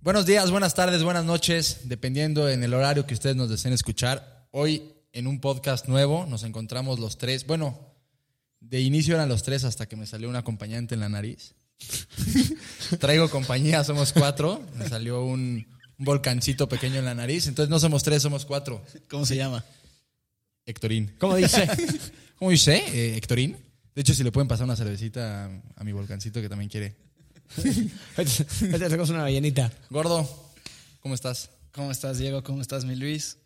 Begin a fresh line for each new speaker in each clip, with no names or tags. Buenos días, buenas tardes, buenas noches, dependiendo en el horario que ustedes nos deseen escuchar. Hoy en un podcast nuevo nos encontramos los tres. Bueno, de inicio eran los tres hasta que me salió un acompañante en la nariz. Traigo compañía, somos cuatro. Me salió un, un volcancito pequeño en la nariz. Entonces no somos tres, somos cuatro.
¿Cómo se llama?
Héctorín.
¿Cómo dice?
¿Cómo dice, eh, Héctorín? De hecho, si le pueden pasar una cervecita a, a mi volcancito que también quiere.
Ahorita te sacamos una ballenita.
Gordo, ¿cómo estás?
¿Cómo estás, Diego? ¿Cómo estás, mi Luis?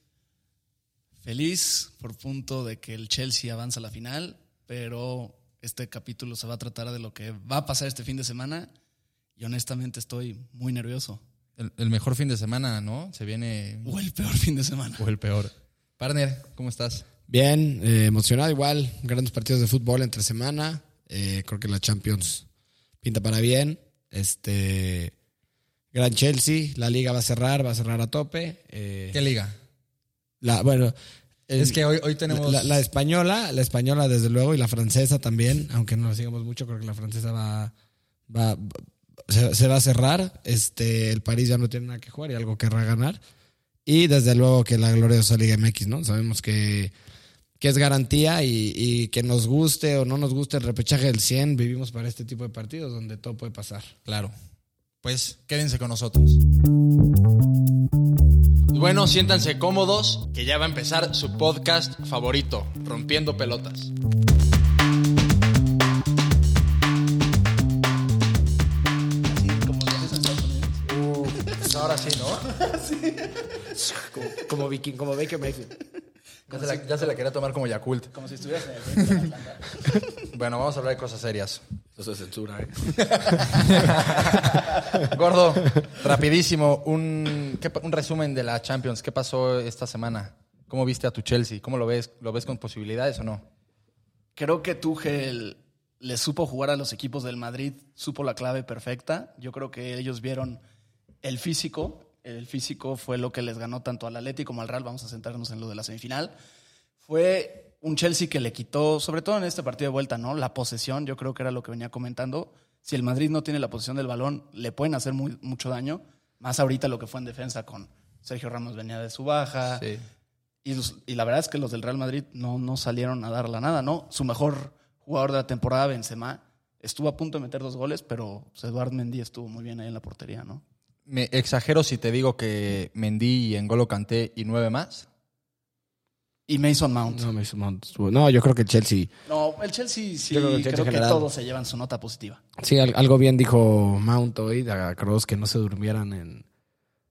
Feliz por punto de que el Chelsea avanza a la final, pero este capítulo se va a tratar de lo que va a pasar este fin de semana y honestamente estoy muy nervioso.
El, el mejor fin de semana, ¿no? Se viene.
O el peor fin de semana.
O el peor. Partner, ¿cómo estás?
Bien, eh, emocionado igual. Grandes partidos de fútbol entre semana. Eh, creo que la Champions pinta para bien. Este. Gran Chelsea. La liga va a cerrar, va a cerrar a tope. Eh,
¿Qué liga?
la, bueno.
Es
el-
que hoy, hoy tenemos.
La, la española, la española desde luego, y la francesa también, aunque no la sigamos mucho, creo que la francesa va, va- se, se va a cerrar. Este, el París ya no tiene nada que jugar y algo querrá ganar. Y desde luego que la gloriosa Liga MX, ¿no? Sabemos que, que es garantía y, y que nos guste o no nos guste el repechaje del 100, vivimos para este tipo de partidos donde todo puede pasar.
Claro. Pues quédense con nosotros. Pues Bueno, siéntanse cómodos, que ya va a empezar su podcast favorito, Rompiendo Pelotas.
Así como lo ves en Estados Unidos.
Uh, pues
ahora sí, ¿no?
Como, como Viking, como Baker Mayfield.
Ya se, la, ya se la quería tomar como Yakult.
Como si estuvieras en el
Bueno, vamos a hablar de cosas serias.
Eso es censura, ¿eh?
Gordo, rapidísimo, un, ¿qué pa- un resumen de la Champions. ¿Qué pasó esta semana? ¿Cómo viste a tu Chelsea? ¿Cómo lo ves? ¿Lo ves con posibilidades o no?
Creo que Tuchel le supo jugar a los equipos del Madrid, supo la clave perfecta. Yo creo que ellos vieron el físico. El físico fue lo que les ganó tanto al Atleti como al Real. Vamos a sentarnos en lo de la semifinal. Fue un Chelsea que le quitó, sobre todo en este partido de vuelta, ¿no? La posesión, yo creo que era lo que venía comentando. Si el Madrid no tiene la posesión del balón, le pueden hacer muy- mucho daño. Más ahorita lo que fue en defensa con Sergio Ramos venía de su
Ah,
baja. Y, los- y la verdad es que los del Real Madrid no, no salieron a darla nada, ¿no? Su mejor jugador de la temporada, Benzema, estuvo a punto de meter dos goles, pero pues, Eduard Mendy estuvo muy bien ahí en la portería, ¿no?
Me exagero si te digo que Mendy y Engolo Canté y nueve más.
Y Mason Mount. No,
me No, yo creo que Chelsea.
el Chelsea sí,
Yo
creo
creo que
que,
el Chelsea generado.
todos se llevan su nota positiva.
Sí, al- algo bien dijo Mount hoy, a Cross, que no se durmieran en.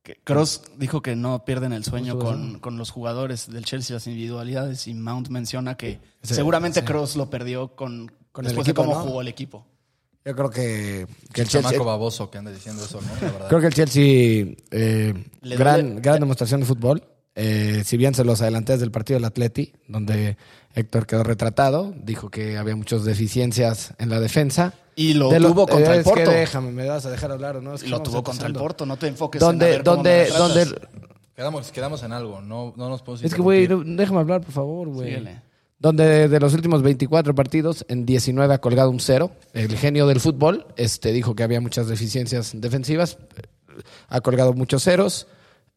Que Kroos dijo que no pierden el sueño
Justo
con,
eso.
con los jugadores del Chelsea, las individualidades, y Mount menciona que
Sí,
seguramente
sí.
Kroos lo perdió con,
Con el
después
equipo,
de cómo
¿no?
jugó el equipo.
Yo creo que, que el Chelsea.
Chamaco baboso que anda diciendo eso, ¿no? La verdad.
Creo que el Chelsea, eh,
Le
gran,
duele-
gran demostración de fútbol. Eh, si bien se los adelanté desde el partido del Atleti, donde Héctor quedó retratado, dijo que había muchas deficiencias en la defensa.
Y lo
De lo-
tuvo contra
eh,
el
es que
Porto.
déjame, me vas a dejar hablar o no. Es que
Y lo
vamos
tuvo contra el
empezando.
Porto, no te enfoques en a
Donde,
ver cómo
donde,
me tratas.
donde.
Quedamos, quedamos en algo, no, no nos podemos
Es que, güey,
interrumpir.
no- déjame hablar, por favor, güey.
Síguele.
Donde de los últimos 24 partidos, en 19 ha colgado un cero. El genio del fútbol este, dijo que había muchas deficiencias defensivas. eh, Ha colgado muchos ceros.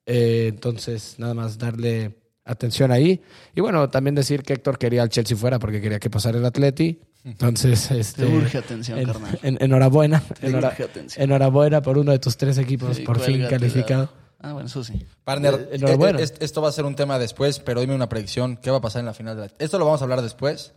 Eh, entonces, nada más darle atención ahí. Y bueno, también decir que Héctor quería al Chelsea fuera porque quería que pasara el Atleti. Entonces, este,
Te urge atención,
en-
carnal.
en- enhorabuena.
Te
Enhora-
urge atención.
enhorabuena por uno de tus tres equipos,
Sí,
pues por fin
cuélgatela.
calificado.
Ah, bueno, eso sí.
Partner,
Eh, enhorabuena.
eh, es- esto va a ser un tema después, pero dime una predicción. ¿Qué va a pasar en la final? De la... Esto lo vamos a hablar después,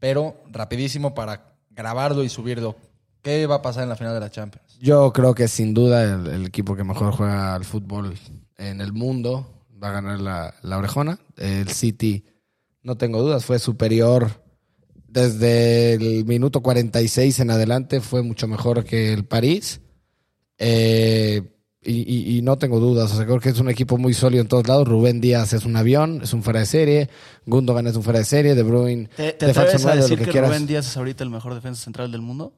pero rapidísimo para grabarlo y subirlo. ¿Qué va a pasar en la final de la Champions?
Yo creo que sin duda el, el equipo que mejor juega al fútbol en el mundo va a ganar la, la orejona. El City, no tengo dudas, fue superior desde el minuto 46 en adelante, fue mucho mejor que el París. Eh, y, y- y no tengo dudas, o sea, creo que es un equipo muy sólido en todos lados. Rubén Díaz es un avión, es un fuera de serie. Gundogan es un fuera de serie. De Bruyne,
¿Te, te
de falso
atreves a
nueve, lo
decir que,
que quieras.
Rubén Díaz es ahorita el mejor defensa central del mundo?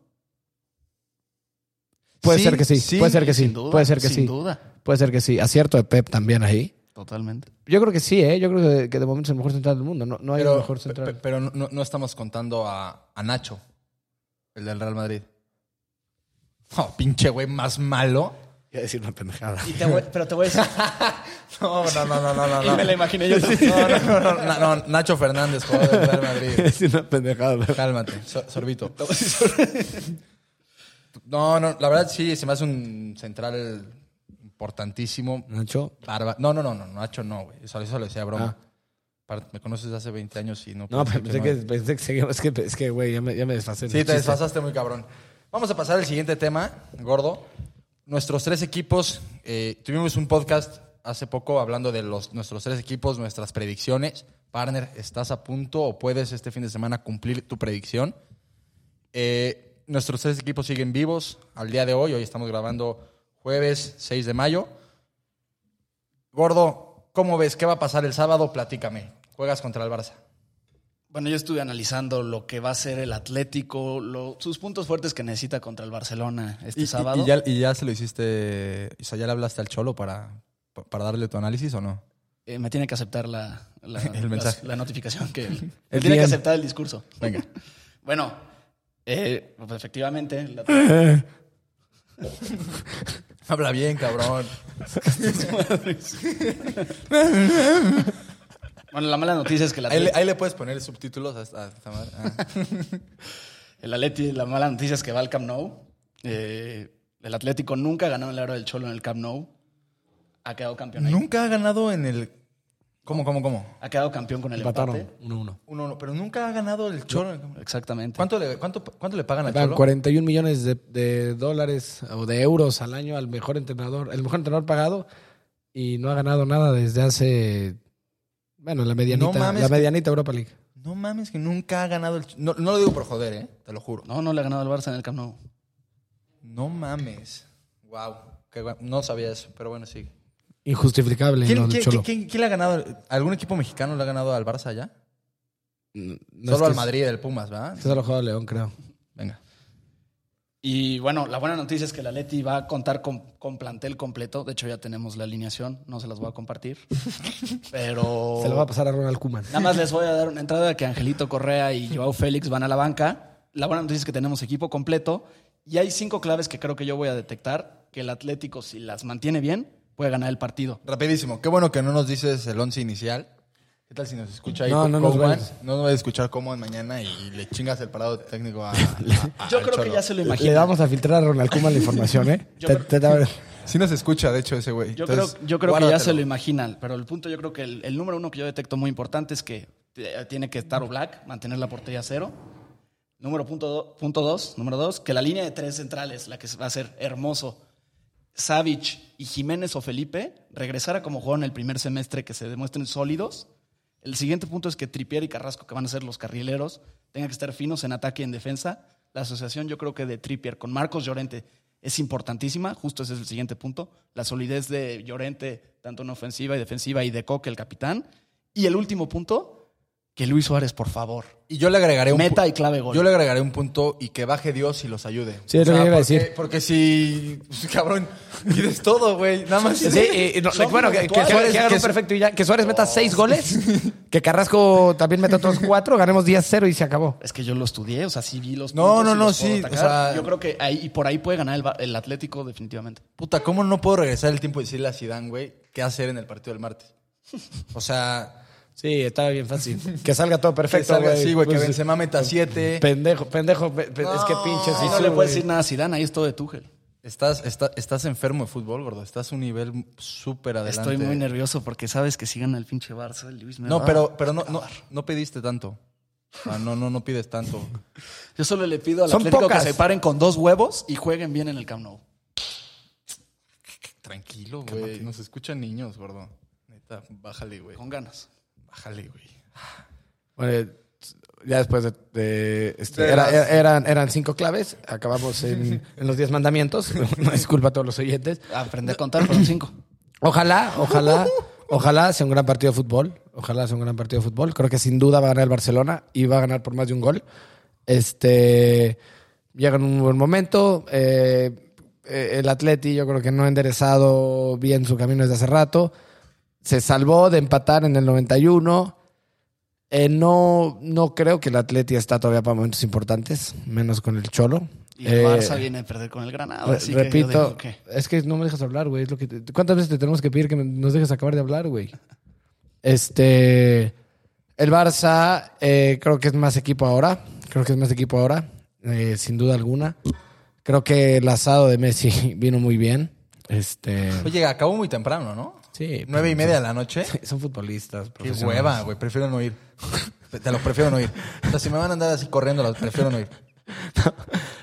puede
Sí,
ser que sí,
sí,
puede ser que sí,
Sin duda,
puede ser que
sin
sí,
duda,
puede ser que sí. Acierto de Pep también ahí.
totalmente.
Yo creo que sí, ¿eh? Yo creo que de, que de momento es el mejor central del mundo. No, no hay
Pero,
un mejor
pe-
central.
pe- pero no, no estamos contando a, a Nacho, el del Real Madrid. Oh, pinche güey más malo.
Iba a decir una pendejada.
Y te voy- pero te voy a decir,
No, no, no, no, no, no.
y me la imaginé yo.
No, no, no, no, na- no, Nacho Fernández, jugador del Real
Iba a
Madrid.
decir una pendejada. pero-
Cálmate, so- sorbito. No, no, la verdad sí, se me hace un central importantísimo.
Nacho,
Barba- No, no, no, no, Nacho no, güey. Eso, eso lo decía broma. Par- Me conoces desde hace 20 años y no.
Ah. No,
puedo
pensé que,
decir
pensé que seguíamos. Es que, es que, güey, ya me, ya me desfasé.
no. Sí, te desfasaste muy cabrón. Vamos a pasar al siguiente tema, gordo. Nuestros tres equipos, eh, tuvimos un podcast hace poco hablando de los, nuestros tres equipos, nuestras predicciones. Partner, ¿estás a punto o puedes este fin de semana cumplir tu predicción? Eh, nuestros tres equipos siguen vivos al día de hoy. Hoy estamos grabando jueves 6 de mayo. Gordo, ¿cómo ves? ¿Qué va a pasar el sábado? Platícame. Juegas contra el Barça.
Bueno, yo estuve analizando lo que va a ser el Atlético, lo- sus puntos fuertes que necesita contra el Barcelona este sábado.
ya, se lo hiciste, o sea, ya le hablaste al Cholo para, para darle tu análisis o no?
Eh, me tiene que aceptar la, la-
El
la-
mensaje.
la notificación que él.
El
tiene que
DM.
aceptar el discurso.
Venga.
Bueno, eh, pues efectivamente, la-
Habla bien, cabrón.
bueno, la mala noticia es que el
Ahí, le-
Atleti,
ahí le puedes poner subtítulos a esta- a esta madre. Ah.
el Atleti, la mala noticia es que va al Camp Nou. Eh, el Atlético nunca ganó el aro del Cholo en el Camp Nou. Ha quedado campeón ahí.
Nunca ha ganado en el. ¿Cómo, cómo, cómo?
Ha quedado campeón con el
Empataron
empate.
1-1.
Uno, uno, pero nunca ha ganado el Cholo.
Exactamente.
¿Cuánto le, cuánto, cuánto le pagan al
Pagan
Cholo?
41 millones de, de dólares o de euros al año al mejor entrenador, el mejor entrenador pagado y no ha ganado nada desde hace, bueno, la medianita,
No mames.
la medianita Europa League.
No mames, que nunca ha ganado el. Ch- No, no lo digo por joder, ¿eh? Te lo juro.
No, no le ha ganado el Barça en el Camp Nou.
No mames. Wow. no sabía eso, pero bueno, sí.
Injustificable
¿Quién,
lo del
quién-
Cholo.
quién- quién le ha ganado? ¿Algún equipo mexicano le ha ganado al Barça ya?
No, es
Solo
que
al
es-
Madrid, del Pumas, ¿verdad?
es que Solo ha jugado León, creo.
Venga.
Y bueno, la buena noticia es que la Leti va a contar con, con plantel completo. De hecho, ya tenemos la alineación, no se las voy a compartir. Pero
Se
Oh.
lo va a pasar a Ronald Koeman.
nada más les voy a dar una entrada que Angelito Correa y Joao Félix van a la banca. La buena noticia es que tenemos equipo completo y hay cinco claves que creo que yo voy a detectar que el Atlético, si las mantiene bien, puede ganar el partido.
Rapidísimo. Qué bueno que no nos dices el once inicial. ¿Qué tal si nos escucha ahí
No,
Coman?
no
no,
nos
nos
vayas.
va a escuchar Coman mañana y le chingas el parado técnico a. a- a-
Yo
al
creo que
Cholo.
ya se lo
Le
imagino.
vamos a filtrar a Ronald Koeman la información, ¿eh?
Yo
Te-
creo-
te da-
Sí nos escucha, de hecho, ese güey.
Yo
Entonces,
creo, yo creo que ya se
guárdatelo.
lo imaginan, pero el punto yo creo que el, el número uno que yo detecto muy importante es que eh, tiene que estar Black, mantener la portería a cero. Número punto, do- punto dos, número dos, que la línea de tres centrales, la que va a ser hermoso, Savich y Jiménez o Felipe, regresara como jugaron el primer semestre, que se demuestren sólidos. El siguiente punto es que Tripier y Carrasco, que van a ser los carrileros, tengan que estar finos en ataque y en defensa. La asociación, yo creo que de Tripier con Marcos Llorente es importantísima. Justo ese es el siguiente punto. La solidez de Llorente, tanto en ofensiva y defensiva, y de Coque, el capitán. Y el último punto, que Luis Suárez, por favor.
Y yo le agregaré un.
Meta
pu-
y clave gol.
Yo le agregaré un punto y que baje Dios y los ayude.
Sí, es lo que iba a
porque-
decir.
Porque si, cabrón, pides todo, güey. Nada más.
Sí, eh, no, bueno, que, que- que
Suárez-
hagan un
que-
perfecto y ya. Que Suárez meta seis goles. Que Carrasco también meta otros cuatro. Ganemos 10-0 y se acabó.
Es que yo lo estudié, o sea, sí vi los
No,
puntos
no,
y
no,
los puedo
sí, o
atacar.
sea-
yo creo que ahí, y por ahí puede ganar el, Ba- el Atlético definitivamente.
Puta, ¿cómo no puedo regresar el tiempo y decirle a Zidane, güey, qué hacer en el partido del martes? O sea,
Sí, está bien fácil. Que salga todo
que
perfecto,
salga así, güey, que
Pues,
Benzema meta 7.
Pendejo, pendejo. pe- pe- es que pinche
Ahí
Zizou,
no le
güey.
puedes decir nada a Zidane, ahí es todo de Tuchel.
Estás, está- estás enfermo de fútbol, gordo. Estás a un nivel súper adelante.
Estoy muy nervioso Ah, porque sabes que sigan al pinche Barça, el Luis me va
No,
a
pero, pero no, no, no pediste tanto. O sea, no, no, no pides tanto.
Yo solo le pido al
Son
Atlético
pocas.
que se paren con dos huevos y jueguen bien en el Camp Nou.
Tranquilo, güey. Nos escuchan niños, gordo. Neta, bájale, güey.
Con ganas.
Bájale, güey.
Bueno, ya después de. de- este,
De
era-
las-
era- eran, eran cinco claves. Acabamos en, en los diez mandamientos. Una disculpa a todos los oyentes.
Aprende a contar con cinco.
Ojalá, ojalá, ojalá sea un gran partido de fútbol. Ojalá sea un gran partido de fútbol. Creo que sin duda va a ganar el Barcelona y va a ganar por más de un gol. Este llega en un buen momento. eh, eh, el Atleti, yo creo que no ha enderezado bien su camino desde hace rato. Se salvó de empatar en el 91. Eh, no, no creo que el Atleti está todavía para momentos importantes, menos con el Cholo.
Y el
Eh,
Barça viene a perder con el Granada.
Re-
así Ah, que yo
repito,
digo que
es que no me dejas hablar, güey. es lo que te- ¿Cuántas veces te tenemos que pedir que me- nos dejes acabar de hablar, güey? Este. El Barça, eh, creo que es más equipo ahora. Creo que es más equipo ahora, eh, sin duda alguna. Creo que el asado de Messi vino muy bien. Este.
Oye, acabó muy temprano, ¿no?
Sí,
Nueve y media de la noche.
Son futbolistas.
Qué
profesionales.
hueva, güey. Prefiero no ir. Te los prefiero no ir. O sea, si me van a andar así corriendo, los prefiero no ir.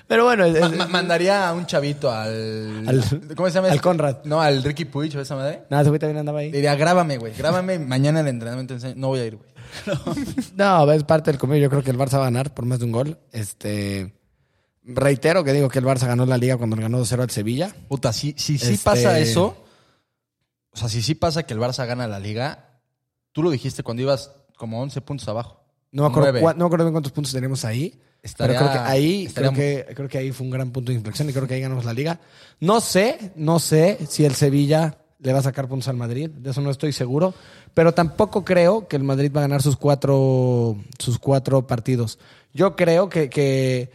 Pero bueno, es-
Ma-
es-
ma- mandaría a un chavito al,
Al-
¿Cómo se llama?
al
este?
Conrad.
No, al Ricky Puig o esa madre.
nada, ese güey también andaba ahí.
Le diría, grábame, güey. Grábame mañana el entrenamiento. en San- No voy a ir, güey.
No, es parte del conmigo. Yo creo que el Barça va a ganar por más de un gol. Este. Reitero que digo que el Barça ganó la liga cuando ganó 2-0 al Sevilla.
Puta, si, si, sí
Este-
pasa eso, o sea, si sí pasa que el Barça gana la liga, tú lo dijiste cuando ibas como 11 puntos abajo.
No me acuerdo,
Nueve.
cuá- no me acuerdo bien cuántos puntos tenemos ahí.
Estaría-
pero creo que ahí,
estaría
creo que, creo que ahí fue un gran punto de inflexión y creo que ahí ganamos la liga. No sé, no sé si el Sevilla le va a sacar puntos al Madrid, de eso no estoy seguro, pero tampoco creo que el Madrid va a ganar sus cuatro, sus cuatro partidos. Yo creo que, que,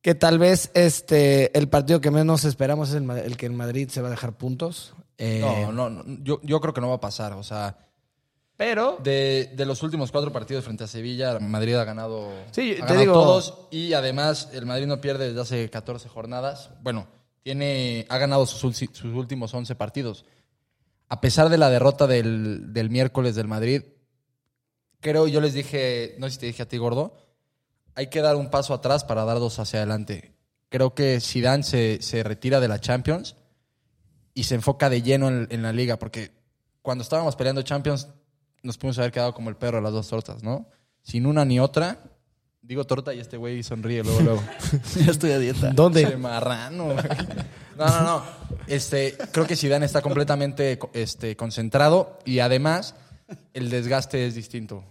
que tal vez este, el partido que menos esperamos es el, Ma- el que el Madrid se va a dejar puntos. Eh,
No, no, no, yo, yo creo que no va a pasar. O sea,
Pero
de, de los últimos cuatro partidos frente a Sevilla, Madrid ha ganado,
Sí,
ha
te
ganado
digo-
todos. Y además, el Madrid no pierde desde hace 14 jornadas. Bueno, tiene, ha ganado sus, ulti- sus últimos 11 partidos. A pesar de la derrota del, del miércoles del Madrid, creo, yo les dije, no sé si te dije a ti, gordo, hay que dar un paso atrás para dar dos hacia adelante. Creo que Zidane se, se retira de la Champions y se enfoca de lleno en, en la liga, porque cuando estábamos peleando Champions nos pudimos haber quedado como el perro de las dos tortas, ¿no? Sin una ni otra. Digo torta y este güey sonríe luego, luego.
ya estoy a dieta.
¿dónde?
Che, marrano, güey. No, no, no. Este, creo que Zidane está completamente co- este, concentrado y además el desgaste es distinto.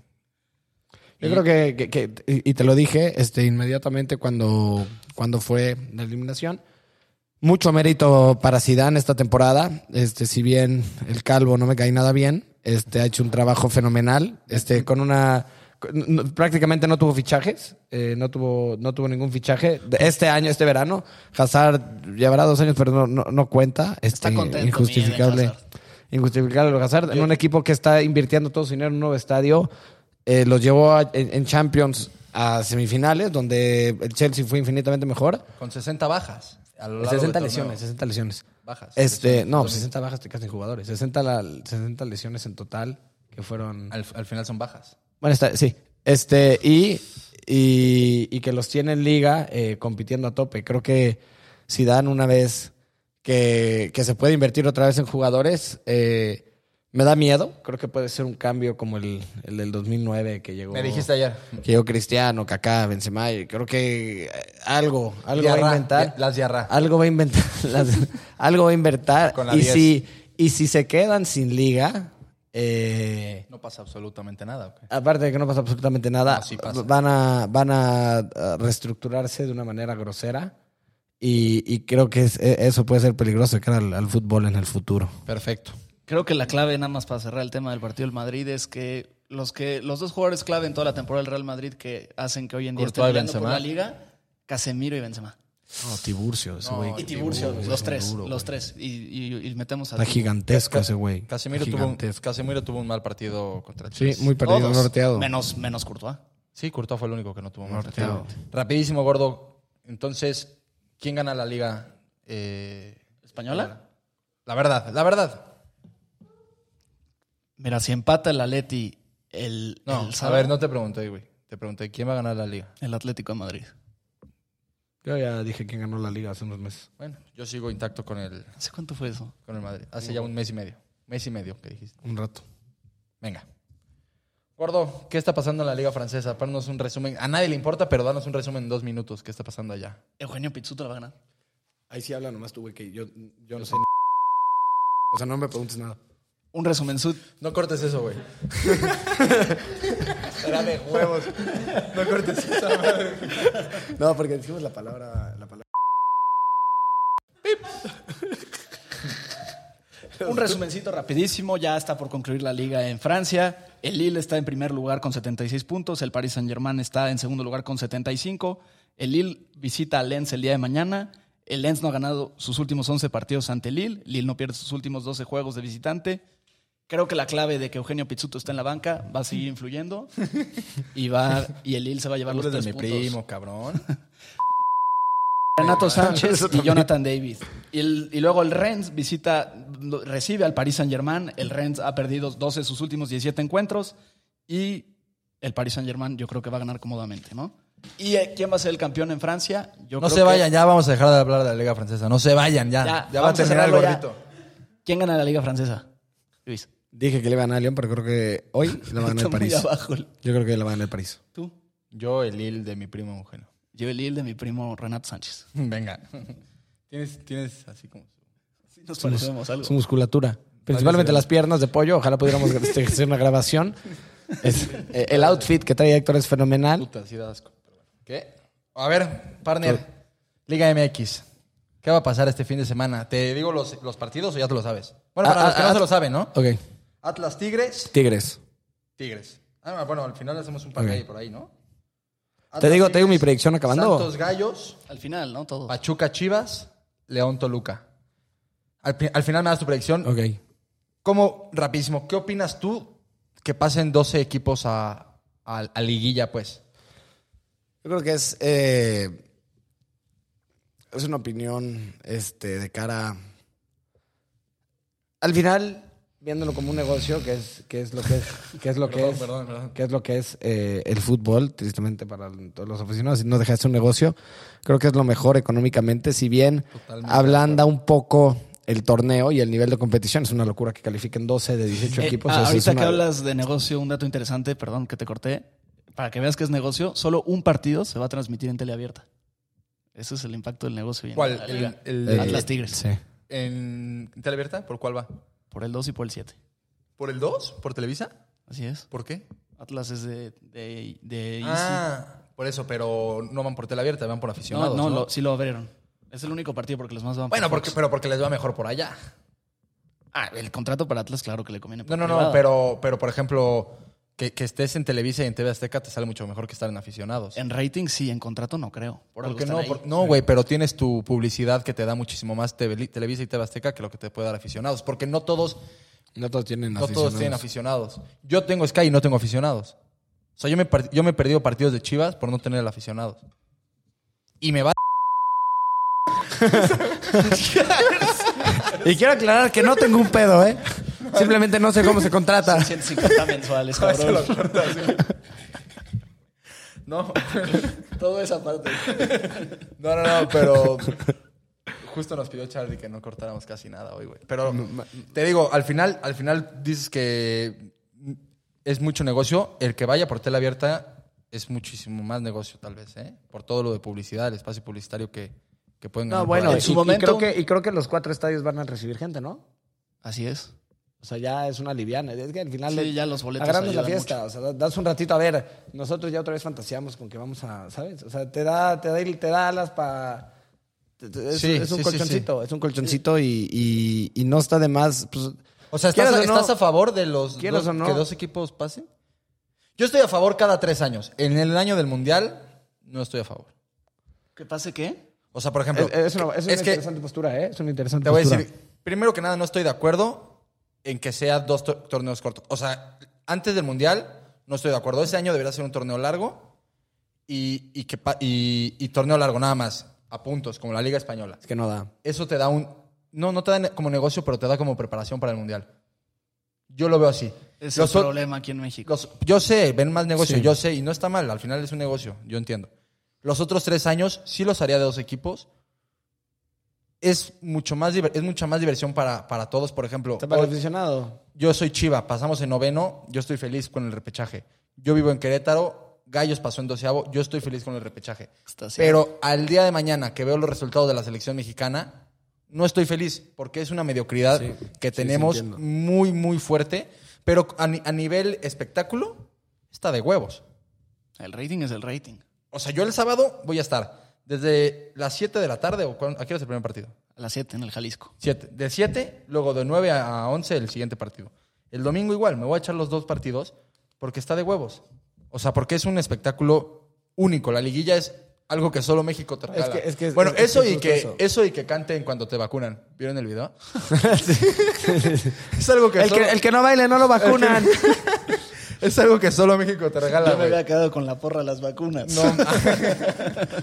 Yo
Y-
creo que, que- que- y y te lo dije este, inmediatamente cuando, cuando fue la eliminación. Mucho mérito para Zidane esta temporada. Este, si bien el calvo no me cae nada bien, este, ha hecho un trabajo fenomenal. Este, con una con- no- prácticamente no tuvo fichajes, eh, no tuvo, no tuvo ningún fichaje. De Este año, este verano, Hazard llevará dos años, pero no, no, no cuenta. Este,
contento,
injustificable.
miren, Hazard.
Injustificable lo Hazard en un equipo que está invirtiendo todo su dinero en un nuevo estadio. Eh, los llevó a- en, en Champions a semifinales, donde el Chelsea fue infinitamente mejor.
Con 60 bajas. a lo largo
60
del torneo.
lesiones, 60 lesiones.
Bajas.
Este,
lesiones,
no,
lesiones.
60 bajas te quedas sin jugadores. 60, la- 60 lesiones en total que fueron.
Al, al final son bajas.
Bueno, está, sí. Este, y, y, y que los tiene en liga eh, compitiendo a tope. Creo que si dan una vez que, que se puede invertir otra vez en jugadores, eh, me da miedo. Creo que puede ser un cambio como el, el del 2009 que llegó.
Me dijiste ayer.
Que llegó Cristiano, Kaká, Benzema. y Creo que eh, algo, algo va
Diarra,
a inventar.
di- Las diarra.
Algo va a inventar. las- algo va a inventar.
Con la
y,
10.
si, y si se quedan sin liga, eh,
No pasa absolutamente nada. ¿ok?
aparte de que no pasa absolutamente nada,
No, sí pasa.
van, a, van a eh, reestructurarse de una manera grosera. Y, y creo que es- e- eso puede ser peligroso de cara al, al fútbol en el futuro.
Perfecto.
Creo que la clave, nada más para cerrar el tema del partido del Madrid, es que los, que, los dos jugadores clave en toda la temporada del Real Madrid que hacen que hoy en día
Courtois y
estén peleando por
Benzema.
la liga, Casemiro y Benzema.
No, Tiburcio, ese güey.
Y Tiburcio,
Tiburcio,
los
es
tres,
un duro,
los
güey.
tres. Y, y- y metemos a
Está gigantesco ese güey.
Casemiro tuvo, un,
Gigantesco.
Casemiro tuvo un mal partido contra el
Sí,
Chelsea.
muy perdido,
Todos,
norteado.
Menos, menos Courtois.
Sí, Courtois fue el único que no tuvo más
Norteado.
partido. Rapidísimo, gordo. Entonces, ¿quién gana la liga? Eh,
¿Española?
la verdad, la verdad.
Mira, si empata el Atleti el,
No,
el
a
sábado,
ver, no te pregunté, güey. Te pregunté, ¿quién va a ganar la liga?
el Atlético de Madrid.
Yo ya dije quién ganó la liga hace unos meses.
Bueno, yo sigo intacto con el,
¿Hace cuánto fue eso?
con el Madrid. Hace ya un mes y medio. Mes y medio que dijiste.
Un rato.
Venga. Gordo, ¿qué está pasando en la liga francesa? Parnos un resumen. A nadie le importa, pero danos un resumen en dos minutos. ¿Qué está pasando allá?
Eugenio Pizzuto la va a ganar.
Ahí sí habla nomás tú, güey, que yo, yo no sé. ni- O sea, no me preguntes nada.
Un resumen sud.
No cortes eso, güey. Era de huevos. No cortes eso.
No, porque dijimos la palabra. La palabra.
Un resumencito rapidísimo, ya está por concluir la liga en Francia. El Lille está en primer lugar con 76 puntos, el Paris Saint-Germain está en segundo lugar con 75. El Lille visita a Lens el día de mañana. El Lens no ha ganado sus últimos 11 partidos ante el Lille. Lille no pierde sus últimos 12 juegos de visitante. Creo que la clave de que Eugenio Pizzuto está en la banca va a seguir influyendo y va y el Lille se va a llevar los
Hablas de
tres
mi
puntos.
primo, cabrón.
Renato Sánchez
Eso
y
también.
Jonathan David. Y, el- y luego el Rennes visita, lo- recibe al Paris Saint-Germain. El Rennes ha perdido 12 de sus últimos 17 encuentros. Y el Paris Saint-Germain yo creo que va a ganar cómodamente, ¿no? ¿Y eh, quién va a ser el campeón en Francia? Yo
No
creo
se
que-
vayan, ya vamos a dejar de hablar de la Liga Francesa. No se vayan, ya. Ya,
Ya,
va a
vamos a
terminar el
cerrarlo ya.
gorrito.
¿Quién gana la Liga Francesa? Luis.
Dije que le iban a León, pero creo que hoy le Pues van a ganar
Está muy
el París.
abajo. el-
Yo creo que le van a ganar el París.
¿Tú?
Yo, el Lille de mi primo Eugenio.
Yo el Lille de mi primo Renato Sánchez.
Venga. Tienes, tienes así como.
Nos parecemos algo.
Su musculatura. Principalmente las piernas de pollo. Ojalá pudiéramos este, hacer una grabación. Es- eh, el outfit que trae Héctor es fenomenal.
Puta, sí da asco. pero bueno. ¿Qué? A ver, partner. Liga MX. ¿Qué va a pasar este fin de semana? ¿Te digo los, los partidos o ya te lo sabes? Bueno, para
Ah,
los que
ah,
no
ah,
se lo saben, ¿no?
Ok.
Atlas Tigres,
Tigres.
Tigres. Ah, bueno, al final hacemos un parque
Ok.
ahí por ahí, ¿no?
Te
Atlas
digo, te digo mi
Tigres,
predicción acabando.
Santos Gallos,
Al final, ¿no? Todo.
Pachuca Chivas, León Toluca. Al, pri- al final me das tu predicción.
Ok.
¿Cómo, rapidísimo, qué opinas tú que pasen 12 equipos a, a- a liguilla, pues?
Yo creo que es. eh, es una opinión este, de cara. Al final, viéndolo como un negocio, que es, que es lo que es. Que es lo que es. que es lo que es eh, el fútbol, tristemente para todos los aficionados, y no deja de ser un negocio, creo que es lo mejor económicamente, si bien
Totalmente
ablanda un poco el torneo y el nivel de competición, es una locura que califiquen 12 de 18
Eh,
equipos.
ah,
o sea, es
ahorita que
una-
hablas de negocio, un dato interesante, perdón que te corté, para que veas que es negocio, solo un partido se va a transmitir en teleabierta. Ese es el impacto del negocio. y en
¿Cuál?
la
El-
liga.
el
Eh,
de-
Atlas Tigres.
sí.
¿En Teleabierta? ¿Por cuál va?
Por el 2 y por el 7.
¿Por el 2? ¿Por Televisa?
Así es.
¿Por qué?
Atlas es de, de, de Easy.
Ah, por eso, pero no van por Teleabierta, van por
no,
aficionados.
no,
¿no?
lo- sí lo abrieron. Es el único partido porque los más van por
Bueno, porque,
Fox.
pero porque les va mejor por allá.
Ah, el contrato para Atlas, claro que le conviene.
No,
por
no, no,
privada.
pero, pero por ejemplo, que, que estés en Televisa y en TV Azteca te sale mucho mejor que estar en aficionados.
En rating sí, en contrato no creo. Por algo
Porque
están
no,
ahí.
por- no, güey, pero tienes tu publicidad que te da muchísimo más TV Televisa y TV Azteca que lo que te puede dar aficionados. Porque no todos,
No todos tienen
no todos tienen
aficionados.
aficionados. Yo tengo Sky y no tengo aficionados. O sea, yo me, par- yo me he perdido partidos de Chivas por no tener el aficionados. Y me va
Y quiero aclarar que no tengo un pedo, ¿eh? Simplemente no sé cómo se contrata.
150 mensuales, cabrón.
No,
Toda esa parte.
no, no, no, pero justo nos pidió Charlie que no cortáramos casi nada hoy, güey. Pero te digo, al final, al final dices que es mucho negocio. El que vaya por tela abierta es muchísimo más negocio, tal vez, ¿eh? Por todo lo de publicidad, el espacio publicitario que, que pueden ganar.
No,
por
bueno,
ahí.
En
y,
su
y
momento-
creo que, y creo que los cuatro estadios van a recibir gente, ¿no?
Así es.
O sea, ya es una liviana. Es que al final.
Sí,
le-
ya los boletos
Agrandas la
ayudan
fiesta. O sea, da- das un ratito. A ver, nosotros ya otra vez fantaseamos con que vamos a. ¿Sabes? O sea, te da, te da, te da alas para. Es,
Sí,
es un
sí, sí,
colchoncito. Es un colchoncito y, y, y no está de más. Pues,
O sea, ¿estás,
quieras o no-
estás a favor de los
Quieras
dos-
o no.
que dos equipos pasen? Yo estoy a favor cada tres años. En el año del Mundial, no estoy a favor.
¿Qué pase qué?
O sea, por ejemplo,
es, es una, es una
es que-
interesante postura, ¿eh? Es una interesante
Te voy a
postura.
decir, primero que nada, no estoy de acuerdo en que sea dos tor- torneos cortos. O sea, antes del Mundial, no estoy de acuerdo. Ese año debería ser un torneo largo y, y que pa- y- y torneo largo nada más, a puntos, como la Liga Española.
Es que no da.
Eso te da un... No, no te da ne- como negocio, pero te da como preparación para el Mundial. Yo lo veo así.
Es
Los
el
o-
problema aquí en México.
los- yo sé, ven más negocio,
Sí.
yo sé, y no está mal, al final es un negocio, yo entiendo. Los otros tres años sí los haría de dos equipos. Es mucho más diver- es mucha más diversión para, para todos, por ejemplo.
Está para el
hoy-
aficionado.
yo soy Chiva, pasamos en noveno, yo estoy feliz con el repechaje. Yo vivo en Querétaro, Gallos pasó en doceavo, yo estoy feliz con el repechaje.
Está así.
Pero al día de mañana que veo los resultados de la selección mexicana, no estoy feliz porque es una mediocridad
Sí,
que
sí, sí
tenemos
entiendo.
muy, muy fuerte. Pero a, ni- a nivel espectáculo, está de huevos.
El rating es el rating.
O sea, yo el sábado voy a estar desde las 7 de la tarde o cuán- ¿a qué hora es el primer partido?
A A las 7 en el Jalisco.
Siete. De 7, luego de 9 a 11 el siguiente partido. El domingo igual, me voy a echar los dos partidos porque está de huevos. O sea, porque es un espectáculo único. La liguilla es algo que solo México te regala.
que- es que-
bueno,
es que
eso,
es
y
justo
que,
eso.
eso y que canten cuando te vacunan. ¿Vieron el video? es algo que,
El que,
solo-
el que no baile no lo vacunan.
es algo que solo México te regala.
Yo me
güey.
había quedado con la porra de las vacunas.
No,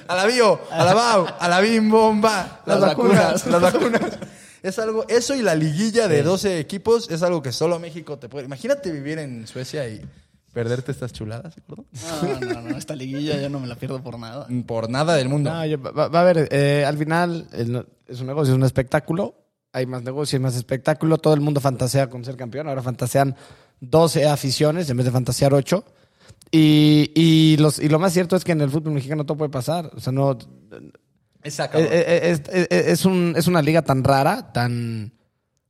a la bio, a la bau, a la bim bomba, las,
Las
vacunas,
vacunas.
las vacunas. Es algo, eso y la liguilla de 12 equipos es algo que solo México te puede. Imagínate vivir en Suecia y perderte estas chuladas, gordo.
No, no, no, esta liguilla yo no me la pierdo por nada.
Por nada del mundo.
No, Ah, yo- va, va a haber, eh, al final el no- es un negocio, es un espectáculo. Hay más negocio, hay más espectáculo. Todo el mundo fantasea con ser campeón. Ahora fantasean 12 aficiones en vez de fantasear 8. Y, y, los, y lo más cierto es que en el fútbol mexicano todo puede pasar. O sea, no,
Esa,
eh,
cabrón.
eh, es, eh, eh, es un- es una liga tan rara, tan,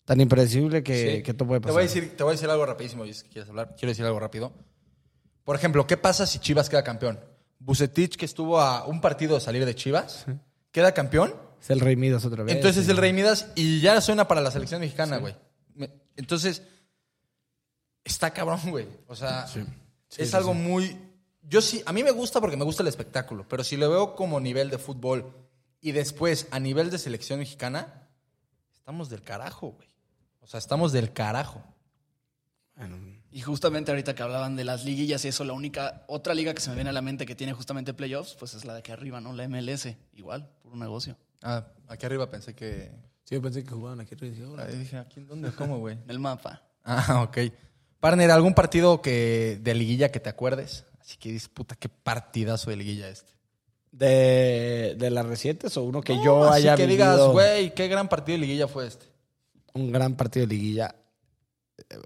tan impredecible que,
Sí.
que todo puede
Te
pasar.
voy a decir, te voy a decir algo rapidísimo, Luis, ¿quieres hablar? Quiero decir algo rápido. Por ejemplo, ¿qué pasa si Chivas queda campeón? Bucetich, que estuvo a un partido de salir de Chivas, queda campeón
Es el Rey Midas otra vez.
Entonces
Y-
el Rey Midas y ya suena para la selección mexicana, güey. Me- Entonces, está cabrón, güey. O sea, es algo muy... Yo sí, a mí me gusta porque me gusta el espectáculo, pero si lo veo como nivel de fútbol y después a nivel de selección mexicana, estamos del carajo, güey. O sea, estamos del carajo.
Y justamente ahorita que hablaban de las liguillas y eso, la única otra liga que se me viene a la mente que tiene justamente playoffs, pues es la de aquí arriba, ¿no? La MLS. Igual, por un negocio.
Ah, aquí arriba pensé que...
Sí, yo pensé que jugaban aquí. Dije, ahora.
Ahí dije, ¿aquí en dónde? ¿Cómo, güey?
En el mapa.
Ah, ok. Partner, ¿algún partido que de liguilla que te acuerdes? Así que disputa, qué partidazo de liguilla este.
De, de las recientes o uno que
No,
yo
así
haya
que
vivido
digas, güey, qué gran partido de liguilla fue este.
un gran partido de liguilla. Eh,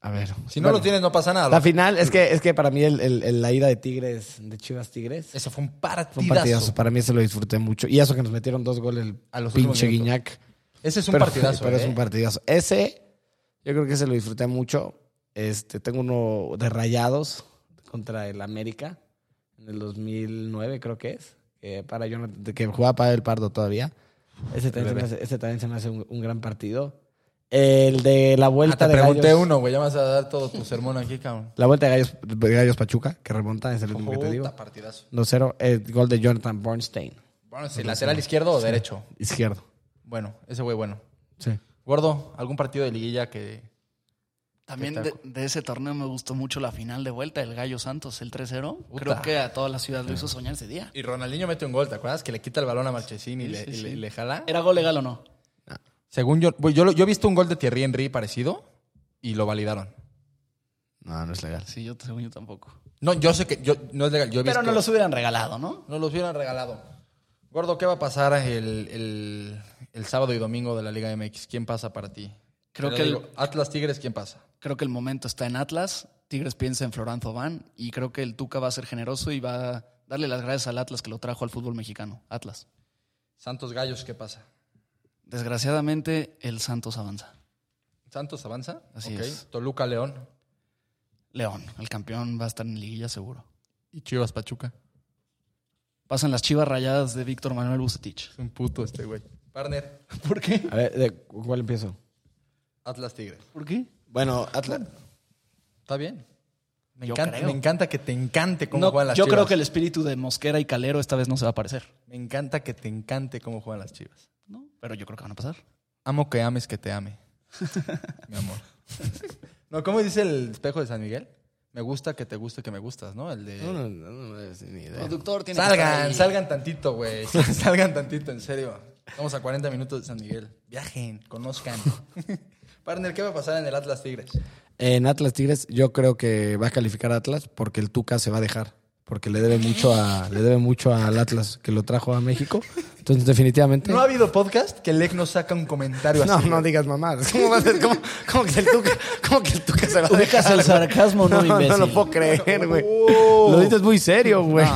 A ver.
Si no
Bueno,
lo tienes, no pasa nada.
La final es que es que para mí el, el- el- la ida de Tigres, de Chivas Tigres,
Ese fue un
fue un
partidazo.
partidazo. Para mí se lo disfruté mucho. Y eso que nos metieron dos goles el
A los últimos
pinche
minutos.
Guiñac.
Ese es un
pero,
partidazo.
Pero
eh.
es un partidazo. Ese, yo creo que se lo disfruté mucho. Este, tengo uno de rayados contra el América en el 2009, creo que es. que para Jonathan- que jugaba para el Pardo todavía. Ese también, se me
bebé.
hace, ese también se me hace un, un gran partido. El de la
Ah,
vuelta
te
de
pregunté
Gallos.
uno, güey. Ya me vas a dar todo tu sermón aquí, cabrón.
La vuelta de Gallos, de Gallos Pachuca, que remonta, es el último que te digo.
Puta partidazo.
2-0, el gol de Jonathan Bornstein,
Bueno, si lateral izquierdo o derecho.
izquierdo.
Bueno, ese güey, bueno.
Sí.
Gordo, ¿algún partido de liguilla que.
También
¿Qué
de,
tal?
de ese torneo me gustó mucho la final de vuelta, el Gallo Santos, el 3-0.
Puta.
Creo que a toda la ciudad lo hizo soñar ese día.
Y Ronaldinho mete un gol, ¿te acuerdas? Que le quita el balón a Marchesín y,
Sí,
le,
sí,
y le-
sí.
y le jala.
¿Era gol legal o no?
Según yo, güey, yo, lo- yo he visto un gol de Thierry Henry parecido y lo validaron.
No, no es legal.
Sí, yo según yo tampoco.
No, yo sé que yo, no es legal. Yo he
Pero
visto-
no los hubieran regalado, ¿no?
Nos los hubieran regalado. Gordo, ¿qué va a pasar el, el- el sábado y domingo de la Liga MX? ¿Quién pasa para ti?
Creo
Te
que
lo
el-
digo, Atlas Tigres, ¿quién pasa?
Creo que el momento está en Atlas. Tigres piensa en Floranzo Van y creo que el Tuca va a ser generoso y va a darle las gracias al Atlas que lo trajo al fútbol mexicano. Atlas.
Santos Gallos, ¿qué pasa?
Desgraciadamente, el Santos avanza.
¿Santos avanza?
Así
Ok.
es.
Toluca León.
León, el campeón, va a estar en liguilla seguro.
Y Chivas Pachuca.
Pasan las chivas rayadas de Víctor Manuel Bucetich.
Es un puto este güey. Partner,
¿Por qué?
A ver, ¿de cu- cuál empiezo?
Atlas Tigres.
¿Por qué?
Bueno, Atlas.
¿Está bien? Me
Yo
encanta,
creo.
me encanta que te encante cómo
No,
juegan las
yo
Chivas.
creo que el espíritu de Mosquera y Calero esta vez no se va a aparecer.
Me encanta que te encante cómo juegan las Chivas.
¿no? Pero yo creo que van a pasar.
Amo que ames que te ame. Mi amor. no, ¿cómo dice el espejo de San Miguel? Me gusta que te guste que me gustas, ¿no? El de...
No, no, no, no es ni idea.
Productor tiene
Salgan, salgan tantito, güey. salgan tantito, en serio. Estamos a 40 minutos de San Miguel. Viajen, conozcan. Partner, ¿qué va a pasar en el Atlas Tigres?
En Atlas Tigres, yo creo que va a calificar a Atlas porque el Tuca se va a dejar. Porque le debe mucho a, le debe mucho al Atlas que lo trajo a México. Entonces, definitivamente.
No ha habido podcast que Lec nos saca un comentario
No,
así.
no digas mamadas. ¿Cómo va a ser? ¿Cómo, cómo que el Tuca, cómo que el Tuca se va a dejar?
Ubicas el sarcasmo, ¿no,
no, no,
imbécil?
lo puedo creer, güey.
Oh.
Lo dices muy serio, güey.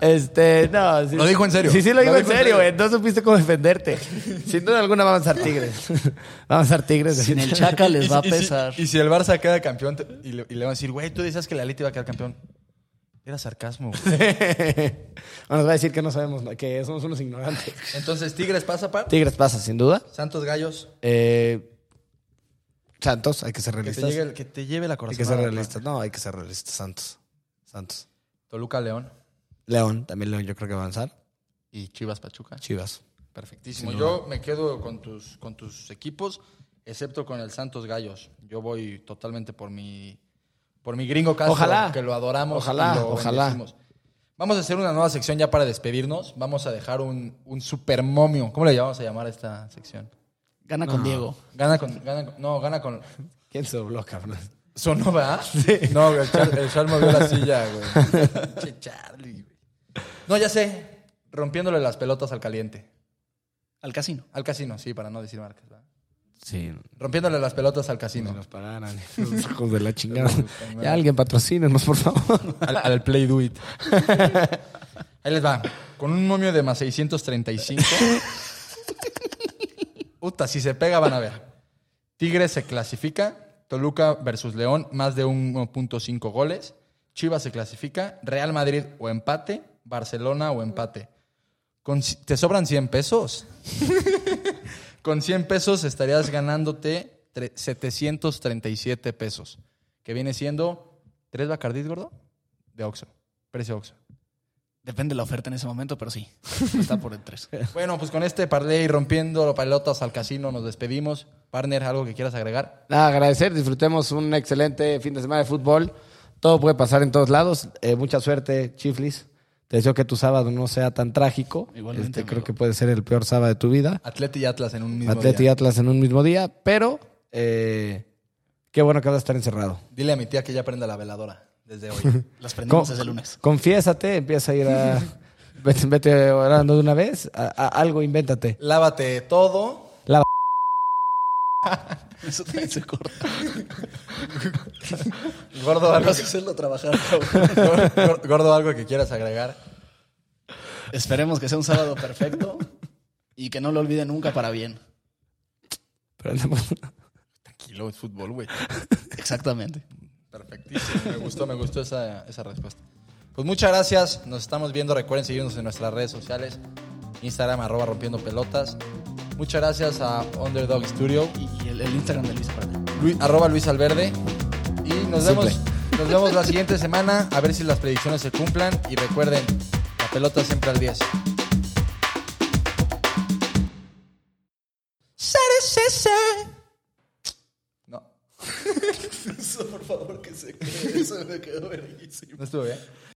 Este, no. sí-
Lo dijo en serio.
Sí, sí, lo,
Lo
digo en
dijo en
serio,
serio.
güey. No supiste cómo defenderte. Sin duda alguna va a avanzar Tigres. Va a avanzar Tigres.
En el Chaca
Y
les
si-
va a
y si-
pesar.
Y si el Barça queda campeón te- y le, y le van a decir, güey, tú decías que la Leti va a quedar campeón. Era sarcasmo. güey.
Bueno, nos va a decir que no sabemos, ¿no? que somos unos ignorantes.
Entonces, Tigres pasa, par.
Tigres pasa, sin duda.
Santos Gallos.
Eh, Santos, hay que ser
Que te,
realistas.
llegue el- que te lleve la
Hay
corazón.
que ser realistas. No, hay que ser realistas. Santos. Santos.
Toluca León.
León, también León, yo creo que va a avanzar.
Y Chivas Pachuca.
Chivas.
Perfectísimo. Yo me quedo con tus, con tus equipos, excepto con el Santos Gallos. Yo voy totalmente por mi, por mi gringo Castro,
Ojalá.
que lo adoramos.
Ojalá,
y lo
ojalá.
bendecimos. Vamos a hacer una nueva sección ya para despedirnos. Vamos a dejar un, un supermomio. ¿Cómo le vamos a llamar a esta sección?
Gana con Diego.
Gana con, gana con- no, gana con...
¿Quién se dobló, cabrón?
¿Sonó, verdad? No, güey, el Char, el Char movió la silla, güey. Pinche Charlie, güey. No, ya sé. Rompiéndole las pelotas al caliente.
Al casino.
Al casino, sí, para no decir marcas, ¿verdad?
Sí.
Rompiéndole las pelotas al
Si
casino.
nos pagaran. Los hijos de la chingada.
Madre.
Ya alguien patrocínenos, por favor.
Al, al Play Do It. Ahí les va. Con un momio de más 635. Puta, si se pega van a ver. Tigres se clasifica. Toluca versus León, más de 1.5 goles. Chivas se clasifica. Real Madrid o empate. Barcelona o empate. Con ci- ¿Te sobran 100 pesos? Con 100 pesos estarías ganándote tre- 737 pesos, que viene siendo tres bacardís, gordo, de Oxxo, precio Oxxo.
Depende de la oferta en ese momento, pero sí. Está por el 3.
Bueno, pues con este parlay rompiendo pelotas al casino nos despedimos. Partner, ¿algo que quieras agregar?
Nada, agradecer. Disfrutemos un excelente fin de semana de fútbol. Todo puede pasar en todos lados. Eh, mucha suerte, Chiflis. Te deseo que tu sábado no sea tan trágico.
Igualmente,
Este,
amigo.
creo que puede ser el peor sábado de tu vida.
Atleti y Atlas en un mismo
Atleta y
día.
Atlas en un mismo día, pero eh, qué bueno que vas a estar encerrado.
Dile a mi tía que ya prenda la veladora desde hoy.
Las prendimos
Co-
desde el lunes.
Confiésate, empieza a ir a. vete, vete orando de una vez. a- a- algo, invéntate.
Lávate todo.
Eso también se corta.
Gordo, algo,
Vas a hacerlo trabajar, cabrón.
que- gordo, algo que quieras agregar.
Esperemos que sea un sábado perfecto y que no lo olvide nunca para bien.
Pero andamos-
Tranquilo, es fútbol, güey.
Exactamente.
Perfectísimo, me gustó, me gustó esa, esa respuesta. Pues muchas gracias, nos estamos viendo, recuerden seguirnos en nuestras redes sociales, Instagram arroba rompiendo pelotas. Muchas gracias a Underdog Studio,
Y el, el Instagram de Luis Prada.
Lu- arroba Luis Alverde. Y nos vemos,
Simple.
nos vemos la siguiente semana, a ver si las predicciones se cumplan y recuerden, la pelota siempre al 10. No,
Eso, por favor, que se quede. Eso me quedó verguísimo.
no estuvo bien.